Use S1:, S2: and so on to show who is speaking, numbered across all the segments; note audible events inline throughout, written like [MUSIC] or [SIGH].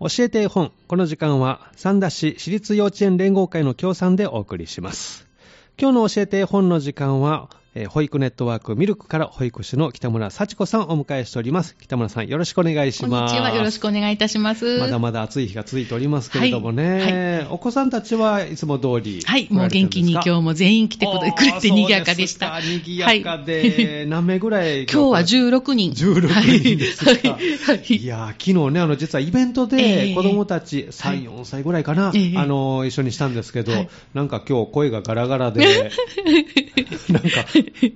S1: 教えて絵本。この時間は、三田市私立幼稚園連合会の協賛でお送りします。今日の教えて絵本の時間は、えー保育ネットワークミルクから保育士の北村幸子さんをお迎えしております。北村さん、よろしくお願いし
S2: こん
S1: ま
S2: に
S1: す。
S2: ちは。よろしくお願いいたします。
S1: まだまだ暑い日が続いておりますけれどもね、お子さんたちはいつも通り
S2: はい、もう元気に今日も全員来てくれ
S1: おー
S2: くれて賑やかでし
S1: そう
S2: た。
S1: ですか賑やかで、何名ぐらい
S2: 今日は16人。
S1: 16人ですか、
S2: はい。はいはい
S1: いやー昨日ね、あの実はイベント
S2: え
S1: で
S2: え
S1: 子供たち、3、4歳ぐらいかな、
S2: ええ
S1: あの一緒にしたんですけど、
S2: はい
S1: なんか今日声がガラガラ
S2: [LAUGHS]
S1: で、なんか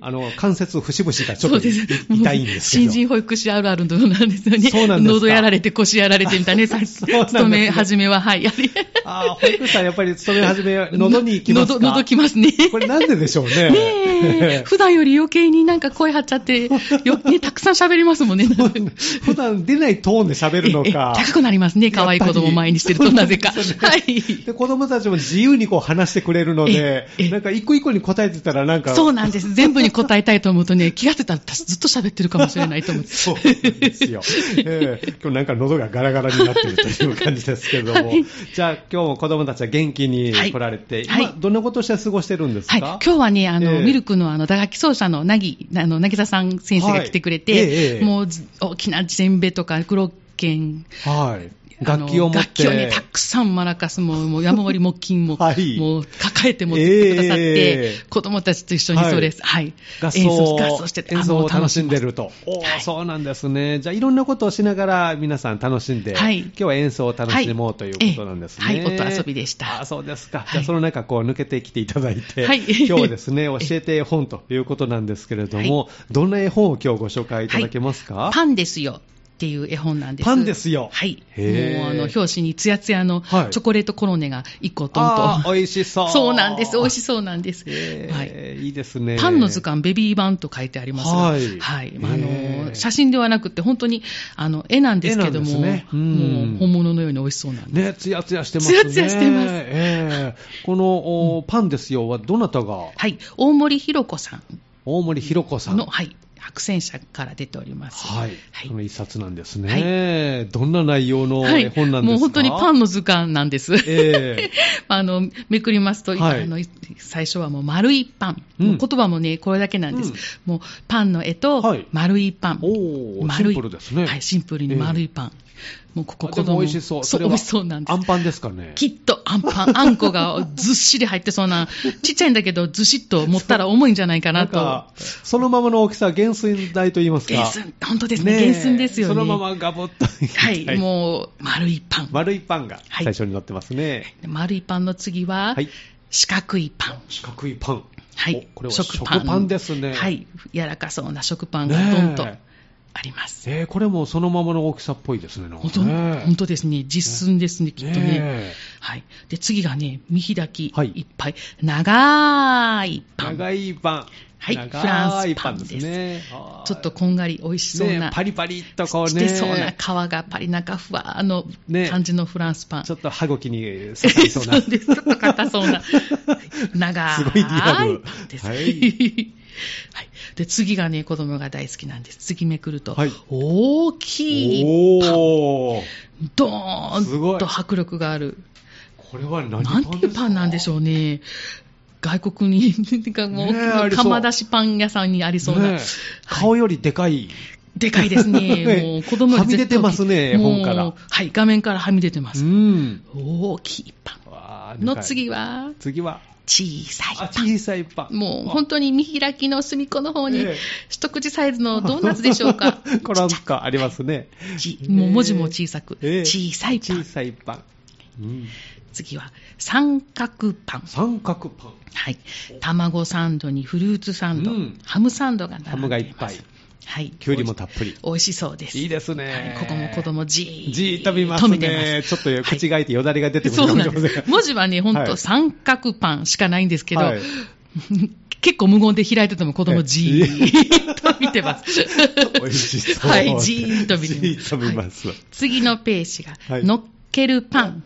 S1: あの関節節々がちょっ
S2: そ
S1: と
S2: うです。
S1: 痛いんですけ
S2: 新
S1: ど。
S2: 人保育士あるあるのなんですよね。
S1: そうなんですか
S2: 喉やられて腰やられてみたいなね、さっき
S1: そうなんですね
S2: 勤め始めは、はい。やり
S1: あー保育士さん、やっぱり勤め始め、 [LAUGHS] 喉に行きますか
S2: 喉、喉きますね。
S1: これなんででしょうね。
S2: ね
S1: [LAUGHS]
S2: え普段より余計になんか声張っちゃって、よね、たくさん喋りますもんね。 [LAUGHS]
S1: 普段出ないトーンで喋るのか。
S2: 高くなりますね、可愛い子供前にしてると、なぜか。はい。
S1: で子供たちも自由にこう話してくれるので
S2: ええ、
S1: なんか一個一個に答えてたらなんか、
S2: そうなんです。全部に答えたいと思う
S1: [LAUGHS]
S2: とね、気がついたら私ずっと喋ってるかもしれないと思って。
S1: そうなんです
S2: [LAUGHS]
S1: よ。ええ今日なんか喉がガラガラになってるという感じですけども。じゃあ今日も子供たちは元気に
S2: はい
S1: 来られて、
S2: はい
S1: 今どんなことして過ごしてるんですか、
S2: はい、今日はね、あの、
S1: ええ
S2: ミルクのあの打楽器奏者のなぎ、あの、なぎささん先生が来てくれて、
S1: はいええ
S2: もうず大きなせんべいとか、黒剣、
S1: はい。
S2: あの
S1: 楽器を持って。
S2: 楽器をね、たくさんマラカスも、もう山盛り木琴も、
S1: [LAUGHS] はい
S2: もう抱えて持ってきてくださって、
S1: ええ
S2: 子供たちと一緒にそうです。はい。
S1: 合奏
S2: 演奏
S1: を
S2: 合奏してて、
S1: 演奏を楽しんで
S2: る。
S1: ると。おー
S2: はい
S1: そうなんですね。じゃあいろんなことをしながら皆さん楽しんで、
S2: はい
S1: 今日は演奏を楽しもうということなんですね。
S2: はいええはい音遊びでした
S1: あそうですか。
S2: はい
S1: じゃあその中こう抜けてきていただいて、
S2: はい
S1: 今日はですね、教えて絵本ということなんですけれども、どんな絵本を今日ご紹介いただけますか、
S2: パンですよっていう絵本なんです。
S1: パンですよ
S2: はい。も
S1: へえ
S2: うあの、表紙にツヤツヤのチ
S1: はい
S2: ョコレートコロネが1個トンと。
S1: あー美味しそう。
S2: そうなんです。美味し
S1: そ
S2: そうなんです。はい。
S1: い、いいですね。
S2: パンの図鑑、ベビー版と書いてありますが、
S1: はい
S2: はい
S1: へ
S2: まああ
S1: え
S2: の写真ではなくて、本当にあの絵なんですけど
S1: 絵な
S2: も、
S1: んですねうん
S2: もう本物のように美味しそうなんです。
S1: ね、つやつやしてますね。
S2: つやつやしてます
S1: ええこの、おパンですよは、どなたが
S2: はい、大森弘子さ
S1: 大森ひろ子さ
S2: ん
S1: ん
S2: の、。はい、白戦車から出ております。
S1: はい、
S2: はい
S1: その一冊なんですね、どんな内容の
S2: はい
S1: 絵本なんですか、
S2: もう本当にパン
S1: の、
S2: の図鑑なんです。
S1: え
S2: [LAUGHS]
S1: え
S2: あのめくりますと、
S1: はい
S2: あのい最初はもう丸いパン、
S1: うん
S2: もう言葉もね、これだけなんです、もうパンの絵と
S1: はい
S2: 丸いパン、
S1: おー
S2: 丸い
S1: シンプルですね
S2: はい、シンプルに丸いパン、もうここ、
S1: あ
S2: 子
S1: で
S2: 供
S1: も美味しそう、
S2: そう
S1: れ
S2: 美
S1: は
S2: 味しそうなんで
S1: あ
S2: す
S1: ん。パンですかね。
S2: きっとあんパ
S1: [LAUGHS]
S2: ン、あんこがずっしり入ってそうな、ちっちゃいんだけど、ずしっと持ったら重いんじゃないか
S1: な
S2: なんと。
S1: か、そのままの大きさ、原寸大と言いますか。
S2: 原寸、本当ですね、原寸ですよね。
S1: そのままガボッと。
S2: はい、もう丸いパン。
S1: 丸いパンが
S2: はい
S1: 最初になってますね。
S2: 丸いパンの次は、
S1: はい
S2: 四角いパン。
S1: 四角いパン。
S2: はい
S1: お、これは食パンですね。
S2: はい、柔らかそうな食パンがどんと
S1: ね
S2: あります。
S1: えーこれもそのままの大きさっぽいですね。なんか
S2: 本当
S1: ね
S2: 本当ですね、実寸ですね、きっとね。
S1: ね
S2: はい、で次がね、見開き、
S1: はい
S2: いっぱい、長いパン、
S1: 長いパン。
S2: はい
S1: 長いパンで
S2: フ
S1: す
S2: ラ
S1: ね。あー
S2: ちょっとこんがり美味しそうな、
S1: ねパリパリっとこう
S2: し
S1: ね。
S2: てそうな皮がパリ中ふわーの
S1: ね
S2: 感じのフランスパン。
S1: ちょっと歯ごきに刺さりそうな。
S2: そう [LAUGHS] です。ちょっと硬そうな。
S1: [LAUGHS]
S2: 長
S1: すごいリアル
S2: いパンです。
S1: は
S2: [LAUGHS] はいい。で、次がね、子供が大好きなんです。次めくると、
S1: はい
S2: 大きい、
S1: おー
S2: ド
S1: すご
S2: ー
S1: い
S2: ンと迫力がある。
S1: これは何パ
S2: なん
S1: ン
S2: ていうパンなんでし
S1: ょ
S2: ょうね。外国に、なんかもう、
S1: ねえありそう
S2: 釜出しパン屋さんにありそうな。
S1: ねえ顔よりでかい。
S2: でか
S1: [LAUGHS]
S2: いですね。もう子供よ
S1: は
S2: り絶対大きい
S1: み出てますね
S2: もう
S1: 本から
S2: はい、画面からはみ出てま
S1: う
S2: す。
S1: ん。
S2: 大きいパ
S1: わー
S2: ン。の次。は
S1: でかい、次は、
S2: 小さい
S1: あ
S2: パン。
S1: 小さいパン。
S2: もう本当に見開きの隅っこの方に
S1: ええ、。
S2: 一口サイズのドーナツでしょうか
S1: [LAUGHS] コロンカありますね。
S2: ち
S1: ええ
S2: [LAUGHS] もう文字も小さく、
S1: ええ
S2: 小さいパ
S1: 小
S2: ン。
S1: さいパン。うん
S2: 次は三角パン。
S1: 三角パン。
S2: はい。卵サンドにフルーツサンド、
S1: うん
S2: ハムサンドが
S1: ハ
S2: 並
S1: ム
S2: ん
S1: が
S2: で
S1: い
S2: い
S1: っぱ
S2: ま
S1: い
S2: す。。はい。
S1: きゅうりもたっぷり。
S2: 美味しそうです。
S1: いいですね。
S2: はい、ここも子供じー
S1: じーっと見ます
S2: と見て
S1: ね。
S2: ます
S1: ちょっと口が開いてよだれが出てくる
S2: そ
S1: か
S2: う
S1: も
S2: な
S1: しれ
S2: ん
S1: ませ
S2: で
S1: ん
S2: す。文字はね、本
S1: はい
S2: 当三角パンしかないんですけど、
S1: はい
S2: [LAUGHS] 結構無言で開いてても子供じーっと見てます。
S1: 美味しそう。
S2: はい、じーっと見てます。
S1: じーっと見ます。
S2: はい次のページが、
S1: はい
S2: のっけるパン。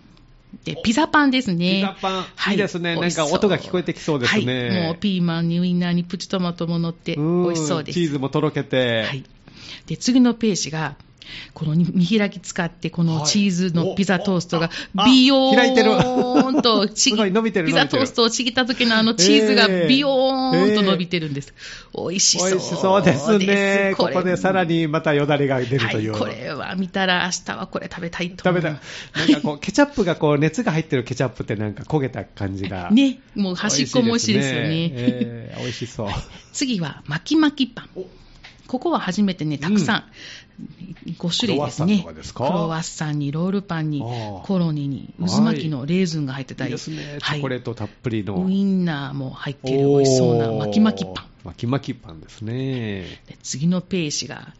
S2: で、ピザパンです
S1: ピ
S2: ね。
S1: ザパン
S2: はい
S1: いですね
S2: 美味し
S1: なんか音が聞こえてきそうですね
S2: はい、もうピーマンにウインナーにプチトマトも乗って、美
S1: うん
S2: 味しそうです。
S1: チーズもとろけて。
S2: はい。で、次のページが、この見開き使って、このチーズのピザトーストが
S1: おおあ、
S2: ビヨ
S1: 開いてる
S2: ーンと [LAUGHS] ちぎ、
S1: すごい伸びてる
S2: ピ
S1: 伸
S2: ザ
S1: びて
S2: ト
S1: る
S2: ーストをちぎった時のあのチーズが
S1: ええ
S2: ビヨーンと伸びてるんです。美味しそう
S1: 美
S2: で
S1: 味
S2: す。
S1: しそうですね。こ
S2: れ
S1: こでさらにまたよだれが出るという。
S2: はい、これは見たら明日はこれ食べたいと
S1: 食
S2: 思
S1: べ
S2: う
S1: たい。なんかこう、ケチャップがこう、熱が入ってるケチャップってなんか焦げた感じが。
S2: ね、もう端っこも美味しいですよね。
S1: えー美味しそう。
S2: 次は巻き巻きパン。ここは初めてね、たくさん、5種類ですね。
S1: クロワッサンとかですか
S2: クロワッサンにロールパンに
S1: あー
S2: コロニに渦巻きのレーズンが入 [LAUGHS] ってた
S1: いい
S2: り、
S1: ですね。チ
S2: はい
S1: ョコレートたっぷりの。
S2: ウインナーも入っている美味しそうな巻き巻きパン。。
S1: 巻き巻きパンですね。
S2: で次のページが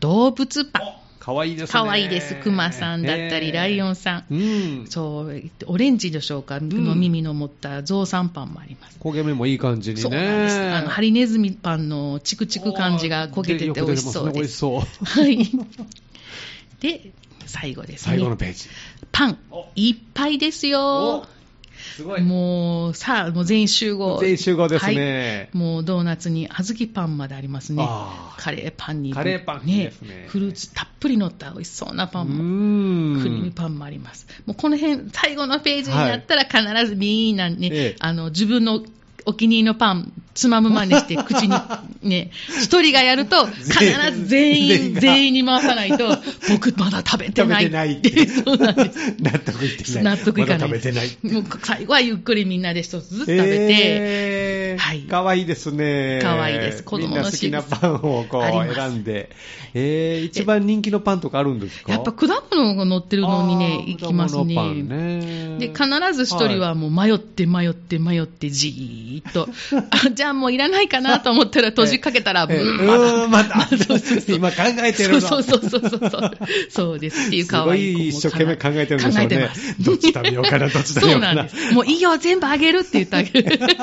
S2: 動物パン。
S1: [LAUGHS] かわいいですね。
S2: かわいいです。クマさんだったり、ライオンさん。
S1: ん。うん。
S2: そう、オレンジでしょうか、の耳の持ったゾウさんパンもあります。
S1: 焦げ目もいい感じにね。
S2: そうなんです。あの、ハリネズミパンのチクチク感じが焦げてて美味しそう
S1: 美
S2: で
S1: 味し
S2: す。
S1: そう。
S2: はい。で、最後ですね。
S1: 最後のページ。
S2: パン
S1: お、
S2: いっぱいですよ。
S1: す
S2: もう、さあ、もう全員集合。
S1: 全員集合ですね
S2: はいもうドーナツに小豆パンまでありますね
S1: あ。ー
S2: カレーパンに。
S1: カレーパンいいですね
S2: フルーツたっぷり乗った美味しそうなパン
S1: う
S2: も。
S1: ん。
S2: クリームパンもあります。もうこの辺、最後のページになったら必ずみんなね、
S1: ええ
S2: あの、自分のお気に入りのパン、つまむ真似して口に、
S1: [LAUGHS]
S2: ね、一人がやると、必ず全
S1: 全員
S2: 員、
S1: が
S2: 全員に回さ
S1: [LAUGHS]
S2: ないと、僕まだ食べて
S1: 食べ
S2: ない
S1: て
S2: っ。
S1: ないってて。
S2: [LAUGHS] そうなんです。
S1: 納得いってない。
S2: 納得いかない。
S1: まだ食べてない。
S2: もう最後はゆっくりみんなで一つずつ食べて、
S1: えー
S2: はい
S1: かわいいですね。
S2: かわいいです子供の
S1: みんな好きなパンをこ
S2: ありま
S1: う
S2: す
S1: 選んで。えー、一番人気のパンとかあるんですか
S2: やっぱ果物が乗ってるのにね、行きます
S1: あー
S2: ね。
S1: 果物パンね
S2: で、必ず一人はもう迷って迷って迷ってじーっと、あじゃあもういらないかなと思ったら閉じかけたら、
S1: [LAUGHS] えー
S2: うん [LAUGHS] まだ
S1: うーん、また。今考えてるの。
S2: そうそうそうそ
S1: [LAUGHS]
S2: うそう。そうですっていう可愛い子も
S1: すごい一生懸命考えてるんでしょうね
S2: 考えてます
S1: どっち食べようかなどっち食べようかな
S2: そうなんです。もういいよ、全部あげるって言ってあ
S1: [LAUGHS]
S2: げる。
S1: なる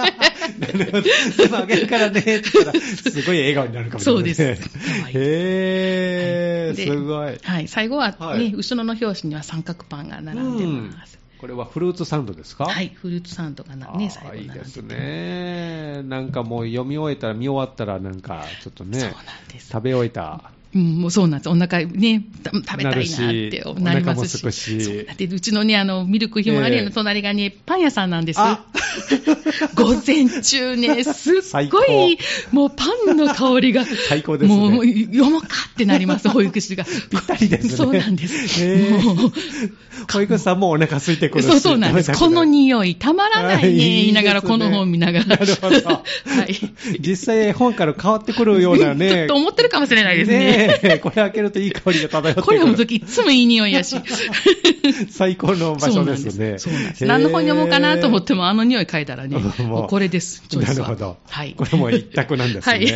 S1: ほど。でもあげるからね、って言ったら、すごい笑顔になるかもしれない、ね。
S2: そうです可愛い
S1: へー、
S2: です
S1: ごい。
S2: はい、最後はね、
S1: はい
S2: 後ろの表紙には三角パンが並んでます。
S1: うんこれはフルーツサンドですか
S2: はい、フルーツサンドがなね、最
S1: あ
S2: 後
S1: ーいい
S2: 並んでて
S1: ですね。なんかもう読み終えたら、見終わったら、なんかちょっと
S2: そうなん
S1: ね、
S2: です。
S1: 食べ終えた。
S2: うん、もうそうなんです。お腹ね、た食べたいなって
S1: なるし
S2: なりま
S1: お腹も
S2: す
S1: すく
S2: し。
S1: し
S2: そうなんですうちのね、あの、ミルクひまわり
S1: え
S2: の
S1: え
S2: 隣がね、パン屋さんなんです。
S1: あ
S2: 午前中
S1: [LAUGHS]
S2: ね、すっ
S1: 最
S2: ごい、
S1: 高
S2: もうパンの香りが、
S1: 最高ですね
S2: もう、よもかってなり
S1: [LAUGHS]
S2: ます、保育士が。
S1: ぴったりですね。
S2: そうなんです。
S1: へー
S2: もう
S1: 保育士さんもお腹空いてくるし
S2: そうそうなんで
S1: 食
S2: す。
S1: べた
S2: こ
S1: くな
S2: の
S1: る
S2: 匂い、たまらないね、
S1: はい
S2: 言いなが
S1: い
S2: ら、
S1: いです
S2: こ
S1: ね
S2: の本見ながら。
S1: なるほど
S2: はい。
S1: 実際、本から変わってくるような
S2: ちょ
S1: ね。
S2: っと思ってるかもしれないですね。
S1: ねえこれ開けるといい香りが漂って
S2: こ
S1: く
S2: れ読む
S1: る。
S2: とき、いつもいい匂いやし。
S1: 最高の場所ですね。
S2: そうなんです。
S1: へえ
S2: 何の本読もうかなと思っても、あの匂い嗅いだら
S1: [LAUGHS]
S2: ね、
S1: もう
S2: もうこれです、チョイ
S1: な
S2: ス
S1: る
S2: は。
S1: ほど。
S2: はい。
S1: これも一択なんですね。
S2: [LAUGHS] はい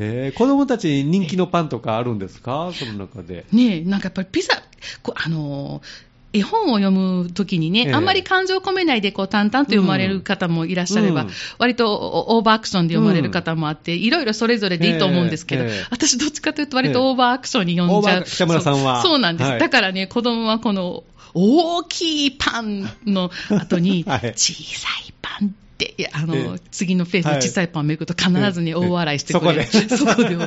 S1: えー子供たちに人気のパンとかあるんですかその中で。
S2: ねえ、なんかやっぱりピザ、こあのー絵本を読むときにね、
S1: ええ
S2: あんまり感情を込めないで、こう、淡々と読まれる方もいらっしゃれば、
S1: うん
S2: 割とおオーバーアクションで読まれる方もあって、いろいろそれぞれでいいと思うんですけど、
S1: ええええ
S2: 私どっちかというと割とオーバーアクションに読んじ
S1: ええオーバ
S2: ゃう。
S1: ー北村さんは
S2: そうそうなんです。
S1: はい
S2: だからね、子供はこの、大きいパンの後に、
S1: [LAUGHS] はい
S2: 小さいパンって、いやあの、
S1: ええ
S2: 次のページの小さいパンをめくると必ずね、
S1: はい
S2: 大笑いしてくれる。
S1: ええ
S2: [LAUGHS] そこで。 [LAUGHS]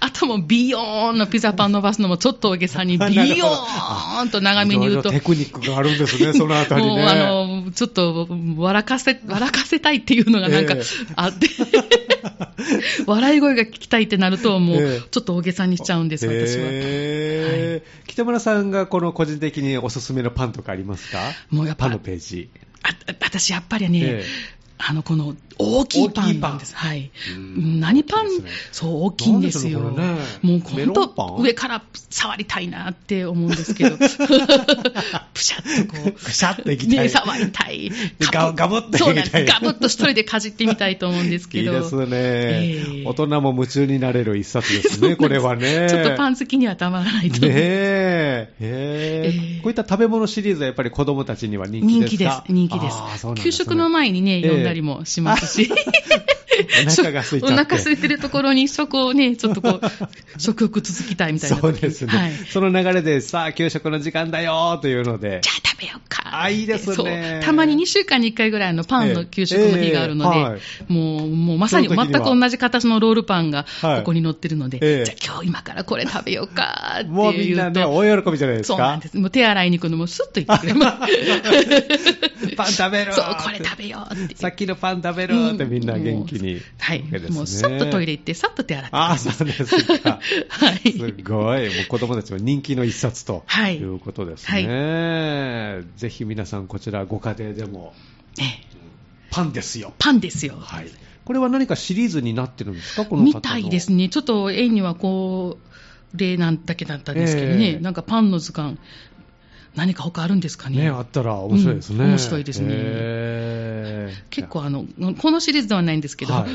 S2: あともビヨーンのピザパン伸ばすのもちょっと大げさに、
S1: あ [LAUGHS] なるほど
S2: ビヨーンと長めに言う
S1: い
S2: と
S1: ろいろテ。クニックがあるんです
S2: [LAUGHS]
S1: ね、そのあたりね。
S2: もうあの、ちょっと、笑かせ、笑かせたいっていうのがなんか
S1: [LAUGHS] ええ
S2: あって、笑い声が聞きたいってなると、も
S1: ええ
S2: う、ちょっと大げさにしちゃうんです、私は。
S1: へー北村さんがこの個人的におすすめのパンとかありますか
S2: もうやっぱ
S1: パンのページ。
S2: ああ私、やっぱりね、
S1: ええ
S2: あの、この、大きいパ
S1: 大きい
S2: ン
S1: パン
S2: です。はい。
S1: うん
S2: 何パン、
S1: 大きいですね
S2: そう、大きいんですよ。
S1: なんでしょうねこれね
S2: もう、ほん
S1: メロン
S2: と
S1: パ、ン
S2: 上から触りたいなって思うんで
S1: [LAUGHS]
S2: すけど、プシャッとこう。
S1: くしゃっといきたい。
S2: ね、触りたい。
S1: ガブガブっと
S2: そうなんで
S1: やり
S2: す。
S1: たい
S2: ガブっと一人でかじってみたいと思うんです
S1: い [LAUGHS]
S2: け
S1: い
S2: ど。
S1: ですね、
S2: ええ
S1: 大人も夢中になれる一冊です
S2: [LAUGHS]
S1: ね、これはね。
S2: ちょっとパン好きにはたまらないと
S1: ね
S2: 思
S1: え
S2: う。
S1: へえ
S2: ええ
S1: こういった食べ物シリーズはやっぱり子供たちには人気
S2: 人
S1: です
S2: 気で
S1: か
S2: す、人気で
S1: ああ
S2: す
S1: そうなんですね
S2: 給食の前にね、
S1: ええ
S2: 読んだりもしますし。 [LAUGHS]
S1: お腹が空いちゃって
S2: お腹空いてるところに、そこをね、ちょっとこう、食欲続きたいみたいな時。
S1: そうですね、
S2: はい。じ
S1: その流れで、さあ、給食の時間だよというので
S2: ゃ、あ食べようかって。
S1: あいいですね
S2: そうたまに2週間に1回ぐらいのパンの給食の日があるので、
S1: ええええはい
S2: もう、もうまさに
S1: その
S2: 全
S1: 時には
S2: く同じ形のロールパンが
S1: はい
S2: ここに載ってるので、
S1: ええ
S2: じゃあ今日今からこれ食べようかっていうと。
S1: もうみんなね、大喜びじゃないですか。
S2: そうなんです。もう手洗いに行くのもスッと行ってくれます。
S1: [LAUGHS] パン食べろー
S2: そう、これ食べようって。
S1: さっきのパン食べろーってみんな元気に、
S2: はい
S1: わけです。ね
S2: もうさっとトイレ行って、さっと手洗って。
S1: ああ、そうですか。
S2: は
S1: す
S2: い。
S1: ごい。もう子供たちの人気の一冊と
S2: はい
S1: いうことですね。ぜひ皆さんこちらご家庭でも
S2: ええ
S1: パンですよ。
S2: パンですよ。
S1: はい。これは何かシリーズになってるんですかこの方の。
S2: みたいですね。ちょっと園にはこう、例なんだけだったんですけどね、
S1: ええ
S2: なんかパンの図鑑、何か他あるんですかね。
S1: ね。あったら面白いですね。
S2: うん面白いですね
S1: ね。
S2: 結構あの、このシリーズではないんですけど、
S1: はい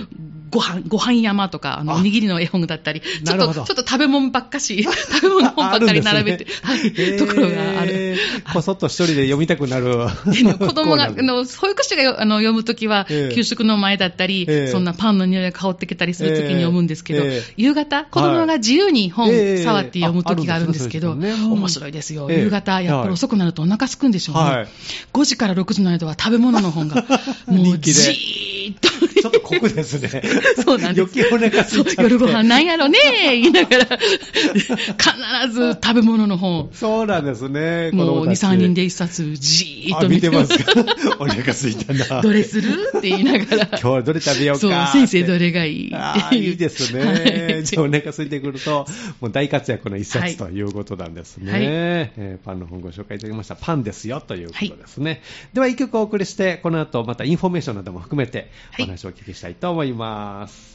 S2: ご飯、ご飯山とか、あの、
S1: あ
S2: おにぎりの絵本だったり、ち
S1: な
S2: ょっ
S1: るほ
S2: と、ち
S1: ど
S2: ょっと食べ物ばっかし、 [LAUGHS] 食べ物本ばっかり並べて、
S1: あるんですね
S2: はいところがある
S1: え。ーこそっと一人で読みたくなる。 [LAUGHS]
S2: でも子供が、あ
S1: コーナーです
S2: の、保育士がよあの読むときは、
S1: ええ
S2: 給食の前だったり、
S1: ええ
S2: そんなパンの匂いが香ってきたりするときに読むんですけど、
S1: ええええ
S2: 夕方、子供が自由に本、
S1: ええ
S2: 触って読むときがあるんですけ
S1: ああ
S2: ど、
S1: るんですねそうですねうん
S2: 面白いですよ。
S1: ええ
S2: 夕方、やっぱり遅くなるとお腹空くんでしょうね。
S1: はい
S2: 5時から6時の間は食べ物の
S1: [LAUGHS]
S2: 本が、も
S1: 人
S2: う
S1: 気で
S2: じーっと。
S1: ちょっと酷ですね。
S2: [LAUGHS] そうなんです
S1: 余計お腹空いちゃって
S2: 夜ご飯なんやろね言いながら、必ず食べ物の本、
S1: そうなんですね。
S2: も
S1: 子供
S2: う2、
S1: たち
S2: 3人で一冊じーっ
S1: あ
S2: と
S1: 見てますか [LAUGHS] お腹空いたな。
S2: どれするって言いながら。
S1: 今日はどれ食べようか
S2: そう、先生どれがいい
S1: ああ、いいですね。[LAUGHS]
S2: [LAUGHS] はい
S1: じゃあお腹空いてくると、もう大活躍の一冊と
S2: は
S1: いうことなんですね。
S2: はい
S1: えーパンの本ご紹介いただきました。パンですよということですね。では一曲お送りして、この後またインフォメーションなども含めてお
S2: はい
S1: 話をお聞きしたいと思います。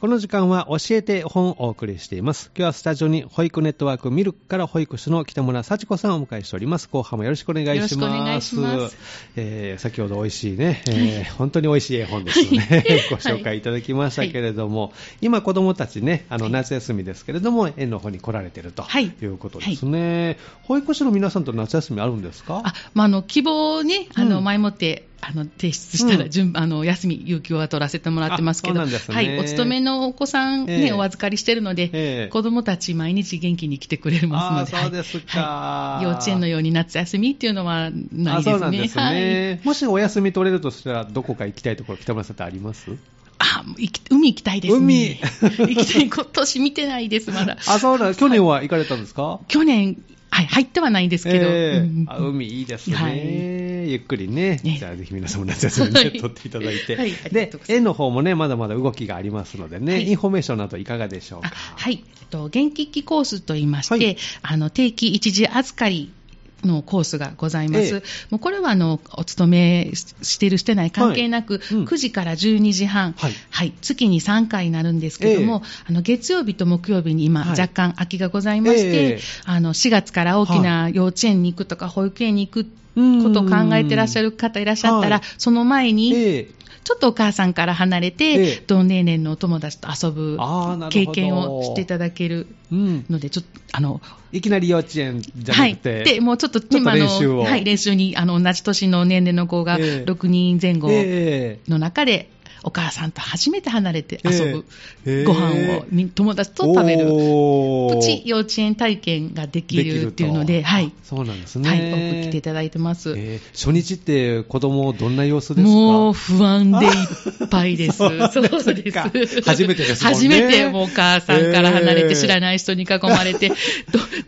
S1: この時間は教えて絵本をお送りしています。今日はスタジオに保育ネットワークミルクから保育士の北村幸子さんをお迎えしております。後半もよろしくお願いします。
S2: よろしくお願いします
S1: えー先ほど美味しいね、えー本当に美味しい絵本ですよね、 [LAUGHS] ご紹介いただきましたけれども、今、子どもたちね、あの夏休みですけれども、園の方に来られてると
S2: はい
S1: いうことですね、保育士の皆さんと夏休みあるんですか
S2: あ、まあ、あの、希望をね、あ
S1: う
S2: の、
S1: ん
S2: 前もって、あの、提出した
S1: うん
S2: ら、順、あの、休み、有給は取らせてもらってますけ
S1: あ
S2: ど、
S1: そうなんですね
S2: はい、お勤めのお子さん
S1: え
S2: ね、
S1: え
S2: お預かりしてるので、
S1: ええ
S2: 子供たち毎日元気に来てくれま
S1: あ
S2: すので、
S1: そうですか、
S2: はい、幼稚園のように夏休みっていうのはない
S1: あ
S2: ですね。
S1: そうなんですね、
S2: はい。
S1: もしお休み取れるとしたら、どこか行きたいところ、北村さんってあります
S2: あ、行き海行きたいですね。
S1: 海
S2: [LAUGHS] 行きたい。今年見てないです、まだ。
S1: あそうなん去年は行かれたんですか、
S2: 去年、はい、入ってはないんですけど、
S1: ええ
S2: うん
S1: あ海いいですね、
S2: はい
S1: ゆっくりね、
S2: ね
S1: じゃあぜひ皆さんも夏休みね、
S2: はい
S1: 撮っていただいて、
S2: はいありが
S1: で
S2: とうございます
S1: 絵の方もね、まだまだ動きがありますのでね、
S2: はい
S1: インフォメーションなどいかがでしょうか。
S2: あはい、えっと、元気期コースといいまして、
S1: はい
S2: あの定期一時預かりのコースがございます、
S1: ええ
S2: もうこれはあのお勤めししてる、してない関係なく、
S1: いうん
S2: 9時から12時半、
S1: は
S2: はいい月に3回になるんですけども、あの月曜日と木曜日に今、
S1: はい
S2: 若干空きがございまして、
S1: ええ
S2: あの4月から大きな幼稚園に行くとか、保育園に行くことを考えてらっしゃる方いらっしゃったら、
S1: はい
S2: その前に、
S1: ええ
S2: ちょっとお母さんから離れて、
S1: ええ
S2: 同年齢のお友達と遊ぶ
S1: あーなるほど
S2: 経験をしていただける
S1: うん、
S2: ので、ちょっと、あの、
S1: いきなり幼稚園じゃ
S2: は
S1: なく
S2: い。
S1: て、
S2: で、もうちょっと、
S1: ちょっと
S2: あ
S1: 練習を
S2: の、はい、練習に、あの、同じ年の年齢の子が
S1: ええ
S2: 6人前後
S1: ええ
S2: の中で、お母さんと初めて離れて遊ぶ、
S1: ええ
S2: ご飯をみ友達と食べる、
S1: おー
S2: プチ幼稚園体験ができるっていうので、
S1: と
S2: はい。
S1: そうなんですね。
S2: はい、多く来ていただいてます。
S1: ええ初日って子供どんな様子ですか
S2: もう不安でいっぱいで
S1: [LAUGHS]
S2: す。
S1: あ
S2: そうです
S1: そうですか初めてですもんね
S2: 初めてもうお母さんから離れて知らない人に囲まれて、ど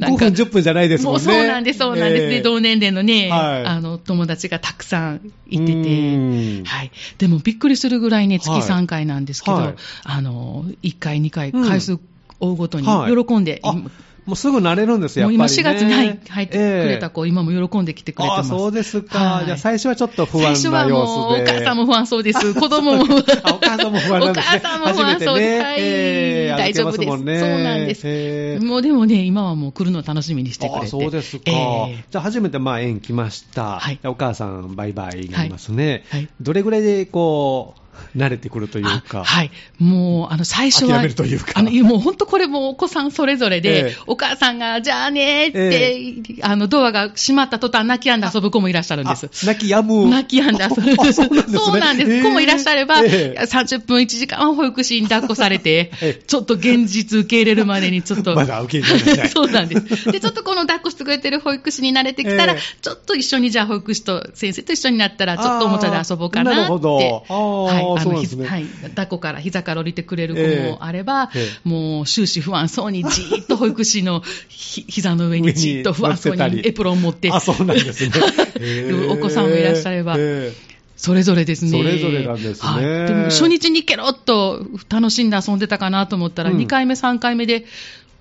S1: 5分、10分じゃないですもんね。
S2: もうそうなんです、そうなんです。
S1: ええ
S2: で、同年齢のね、
S1: はい
S2: あの、友達がたくさんいうてて、
S1: ーん
S2: はい。でもびっくりするぐらいね、月
S1: はい
S2: 3回なんですけど、
S1: はい
S2: あの、1回、2回、
S1: うん
S2: 回数追うごとに
S1: はい
S2: 喜んで、
S1: あ
S2: 今
S1: もうすぐ慣れるんですよ、
S2: も
S1: や
S2: う
S1: っぱ
S2: 今
S1: り、ね。
S2: 4月に入入ってくれた子、今も喜んできてくれて
S1: あ
S2: ま
S1: あ、
S2: す。
S1: そうですか。
S2: はい
S1: じゃあ最初はちょっと不
S2: 最
S1: 安
S2: 初
S1: な
S2: は
S1: 様
S2: も
S1: 子
S2: う、
S1: で。
S2: お母さんも不安そ
S1: [LAUGHS]
S2: うです。子供も
S1: あお母さんも不安なんですね。
S2: お母さんも不安そ
S1: 初
S2: う
S1: め
S2: で
S1: て
S2: す。
S1: ね。
S2: はい
S1: ええ
S2: 大丈夫
S1: 歩け
S2: で。
S1: ますもんね、
S2: そうなんです、
S1: ええ
S2: もうでもね、今はもう来るのを楽しみにしてくれて。
S1: あそうですか、
S2: え
S1: じゃあ初めてまあ園来ました、
S2: はい
S1: お母さん、バイバイになりますね、
S2: はいはい
S1: どれぐらいでこう慣れてくるというか。
S2: あはい。もう、あの、最初は。
S1: 諦めるというか
S2: あの、もう本当これもお子さんそれぞれで、
S1: ええ
S2: お母さんが、じゃあねーって、あの、ドアが閉まった途端泣き止んで遊ぶ子もいらっしゃるんです。
S1: あ泣き止む。
S2: 泣き止んで遊ぶ。
S1: [LAUGHS] あそうなんですね。
S2: そうなんです
S1: ええ
S2: 子もいらっしゃれば、
S1: ええ
S2: 30分1時間は保育士に抱っこされて、
S1: [LAUGHS] ええ
S2: ちょっと現実受け入れるまでにちょっと。
S1: まだ受け入れられない
S2: [LAUGHS] そうなんです。で、ちょっとこの抱っこしてくれてる保育士に慣れてきたら、
S1: ええ
S2: ちょっと一緒にじゃあ保育士と先生と一緒になったら、ちょっとおもちゃで遊ぼうかなって。
S1: あーなるほどあー
S2: はい、あ
S1: そうな
S2: の、
S1: んで
S2: ひ
S1: すね
S2: はい、抱っこから膝から降りてくれる
S1: ええ
S2: 子もあれば、
S1: え
S2: もう終始不安そうにじーっと保育士のひ膝の上にじーっと不安
S1: [LAUGHS]
S2: そ
S1: 上
S2: う
S1: に乗せ
S2: に
S1: たり
S2: エプロン持って。。
S1: あ、そうなんですね
S2: [LAUGHS] お子さんもいらっしゃれば
S1: ええ
S2: それぞれですね。
S1: それぞれなんですね
S2: はい、でも初日にケロッと楽しんで遊んでたかなと思ったら、
S1: うん
S2: 2回目、3回目で、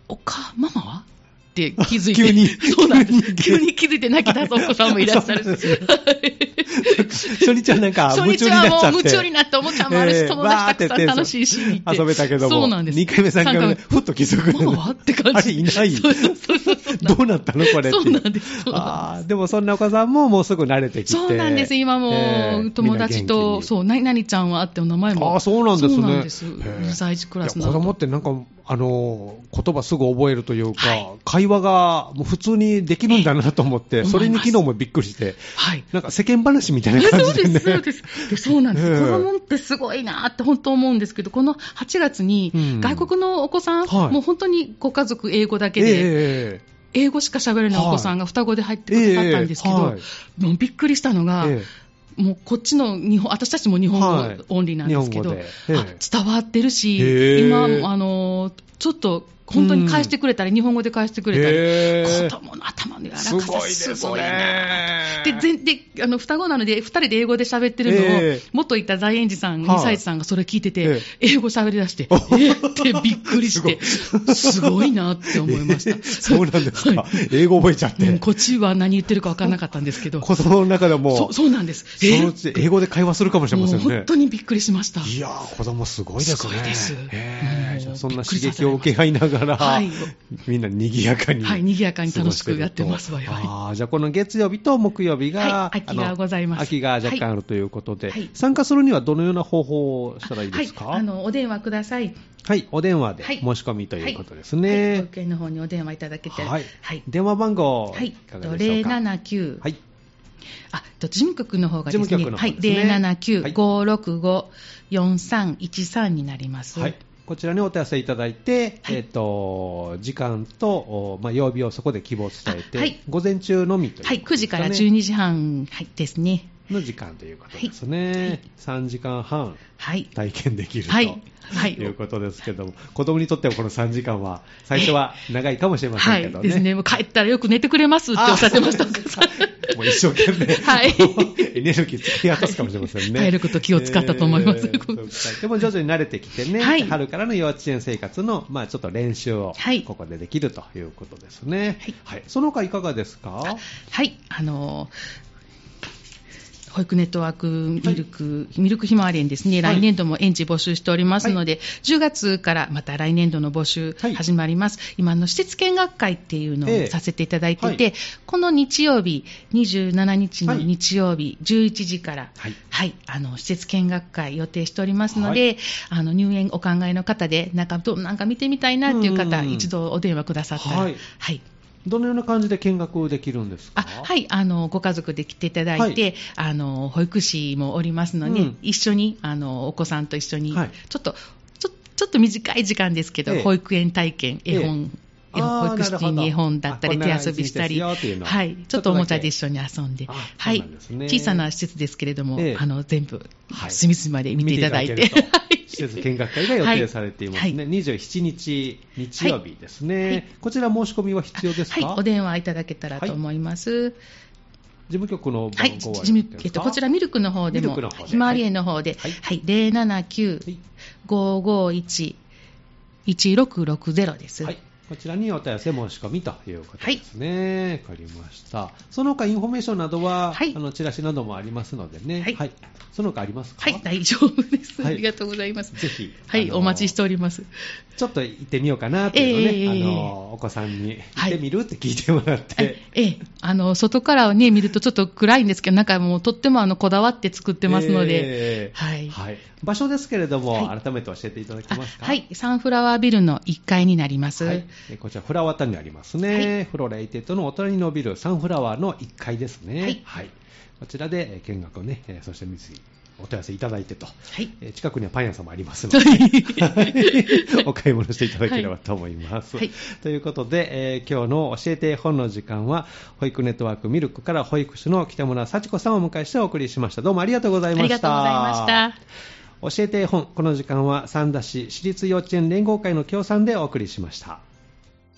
S2: おか、ママはって気づいて、
S1: 急に
S2: [LAUGHS] そうなんです急に気づいて泣き出すお子さんもいらっしゃるし、
S1: そう [LAUGHS] なん初日はなんか
S2: 初
S1: 夢中に
S2: 日
S1: なっちゃって
S2: はもう夢中になって、おもちゃもあるし、
S1: ええ
S2: 友達たく
S1: わー
S2: さ
S1: っ
S2: ん
S1: て
S2: 楽しいし、って
S1: 遊べたけども
S2: そうなんです。
S1: 2回目3回目
S2: 三
S1: ふっと気づく
S2: ママはって感
S1: あれ
S2: じ。
S1: いない
S2: そうそうそうそうそう
S1: [LAUGHS] どうなったのこれってい
S2: そうなんですそうなんです
S1: あーでもそんなお子さんももうすぐ慣れてきて。
S2: そうなんです、今も、
S1: ええ
S2: 友達と、
S1: みんな元
S2: そう、何々ちゃんはあってお名前
S1: 気に
S2: も。
S1: あーそうなんですね。
S2: そうなんです。
S1: へえ
S2: 2歳児クラス
S1: い
S2: な
S1: や子
S2: ので
S1: 供ってなんか、あのー、言葉すぐ覚えるというか、
S2: はい
S1: 会話がもう普通にできるんだなと思って、
S2: ええ
S1: それに昨日もびっくりして、
S2: はい。
S1: なんか世間話みたいな感
S2: [LAUGHS] そう
S1: じで
S2: で
S1: ね。
S2: す、そうです。でそうなんです。
S1: ええ
S2: 子供ってすごいなって本当思うんですけど、この8月に
S1: うん
S2: 外国のお子さん、
S1: はい
S2: もう本当にご家族英語だけ
S1: ええ
S2: で、
S1: ええ
S2: 英語しか喋れないお子さんが双子で入ってくださったんですけど、
S1: ええはい
S2: もうびっくりしたのが、
S1: ええ
S2: もうこっちの日本、私たちも日本
S1: は
S2: 語
S1: い
S2: オンリーなんですけど、
S1: 日本語でええ
S2: あ伝わってるし、
S1: へえ
S2: 今、あのちょっと本当に返してくれたり、日本語で返してくれたり、
S1: へえ
S2: 子供の頭の柔らか
S1: す
S2: さ、
S1: ごいですね。
S2: すごいなで全であの双子なので、2人で英語で喋ってるのを、
S1: ええ
S2: 元いた在園児さん、
S1: はい
S2: 2歳児さんがそれ聞いてて、
S1: え
S2: 英語喋り出して、えーってびっくりして、すごいなって思いまし
S1: [LAUGHS]
S2: た。
S1: ええそうなんですか
S2: は。
S1: 英語覚えちゃっ
S2: いうん
S1: て。
S2: こっちは何言ってるか分からなかったんですけど、
S1: 子供の中でも、
S2: そうそうなんです。え
S1: そのうち英語で会話するかもしれません
S2: もう本
S1: ね
S2: 当。にびっくりしました。
S1: いやー、子供すごいですね。
S2: すごいです
S1: へー
S2: うん
S1: じゃあそんな刺激を受け合いながら、
S2: はい
S1: [LAUGHS] みんな賑やかに。
S2: はい賑やかに楽しくやってますわ
S1: 過ごしてると
S2: はい
S1: あーじゃあこの月曜日と木曜日が、
S2: はい秋が
S1: あの
S2: ございます
S1: 秋が若干あるということで、
S2: はい
S1: 参加するにはどのような方法をしたらいいですか
S2: はい、あのお電話ください。
S1: はい、お電話で
S2: はい
S1: 申し込みということです
S2: はい保
S1: ね。
S2: 育園の方にお電話いただけたら、
S1: はい
S2: はい、
S1: 電話番号、
S2: はいい、
S1: かがでしょう
S2: 零
S1: か。
S2: 七九、
S1: はい。
S2: あ、と事務局の方がですね、
S1: 事務局の
S2: は
S1: 方
S2: い、
S1: ですね
S2: 零七九五六五四三一三になります。
S1: はい、こちらにお問い合わせいただいて、
S2: はい
S1: えっと時間と、おまあ、曜日をそこで希望伝えて、
S2: あはい
S1: 午前中のみという
S2: はい、
S1: こと
S2: 九
S1: です
S2: 時
S1: か
S2: か
S1: ね、
S2: ら十二時半、はいですね。
S1: の時間ということですね、3時間半
S2: はい、
S1: 体験できると。
S2: はい、はい。
S1: いうことですけども、子供にとってはこの3時間は、最初は長いかもしれませ
S2: は
S1: んけ
S2: い、
S1: どね。
S2: ですね。もう帰ったらよく寝てくれますっておっしゃってました。
S1: もう一生懸命、
S2: はい
S1: エネルギー突き果たすかもしれませんね。
S2: 体力と気を使ったと思います
S1: ーでも徐々に慣れてきてね、
S2: はい
S1: 春からの幼稚園生活の、まあ、ちょっと練習を
S2: はい
S1: ここでできるということですね。
S2: はい
S1: その他いかがですか
S2: はい、あの保育ネットワークミルク、ミルクひまわり園ですね、
S1: はい
S2: 来年度も園児募集しておりますので、10月からまた来年度の募集
S1: はい
S2: 始まります、今あの、施設見学会っていうの
S1: ええ
S2: をさせていただいていて、
S1: はい
S2: この日曜日、27日の
S1: はい
S2: 日曜日、11時から、
S1: はい
S2: はい、あの施設見学会予定しておりますので、あの入園お考えの方でなんかどうなんか見てみたいなっていう方、
S1: うん
S2: 一度お電話くださったら、
S1: はい
S2: はい、
S1: どのような感じで見学できるんですか
S2: あはいあのご家族で来ていただいて、あの保育士もおりますので、
S1: うん
S2: 一緒にあのお子さんと一緒に、
S1: はい
S2: ちょっとちょちょっと短い時間ですけど、
S1: ええ
S2: 保育園体験、絵本、
S1: ええ
S2: 絵
S1: あー
S2: 本保育士に絵本だったり、
S1: なる
S2: 手
S1: ほど
S2: 遊びしたり、
S1: あこんな一日ですよっていうのを
S2: はい、ちょっとおもちゃで一緒に遊んで、
S1: あ
S2: は
S1: そ
S2: いう
S1: なんですね
S2: 小さな施設ですけれども、
S1: ええ
S2: あの全部、
S1: はい
S2: 隅々まで見ていただいて。
S1: 見けると
S2: [LAUGHS] はい
S1: 施設見学会が予定されていますね、
S2: は
S1: 27日日曜日ですね、
S2: はい
S1: こちら申し込みは必要です
S2: はい
S1: か、、
S2: お電話いただけたらと思います。
S1: 事務局の
S2: は
S1: 番
S2: い、
S1: 号は
S2: じじえっと、こちらミルクの方で
S1: ミ
S2: も、
S1: ルクの方で
S2: ひまわり園の方で、
S1: は
S2: はいい、079-551-1660です。
S1: はい、こちらにお問い合わせ申し込みということですね、わかりましたその他インフォメーションなどは、
S2: はい
S1: あのチラシなどもありますのでね、
S2: はい
S1: その他ありますか、
S2: はい、大丈夫です。
S1: はい
S2: ありがとうございます。
S1: ぜひ
S2: はい、
S1: あの
S2: お待ちしております。
S1: ちょっと行ってみようかなっていうのね、
S2: ええ
S1: あのお子さんに行
S2: は
S1: っ
S2: い
S1: てみるって聞いてもらって、
S2: はいええ、あの外から、ね、見るとちょっと暗いんですけど、中もうとってもあのこだわって作ってますので、
S1: ええ
S2: はい
S1: 場所ですけれども、
S2: は
S1: 改めて教えていただけ
S2: あ
S1: ますか。
S2: はい、サンフラワービルの1階になります。
S1: はい、えこちらフラワータウンにありますね、フロレイテッドのお隣に伸びるサンフラワーの1階ですね、
S2: はい
S1: こちらでえー見学をね、えーそして三井お問い合わせいただいてと、
S2: はい
S1: えー近くにはパン屋さんもありますので、
S2: は
S1: はい [LAUGHS] お買い物していただければと思います。
S2: はい
S1: ということで、えー今日の教えて絵本の時間は、保育ネットワークミルクから保育士の北村幸子さんをお迎えしてお送りしました。どうもありがとうござい
S2: い、
S1: ま
S2: あ
S1: した。
S2: りがとうございました。
S1: 教えて絵本この時間は三田市私立幼稚園連合会の協賛でお送りしました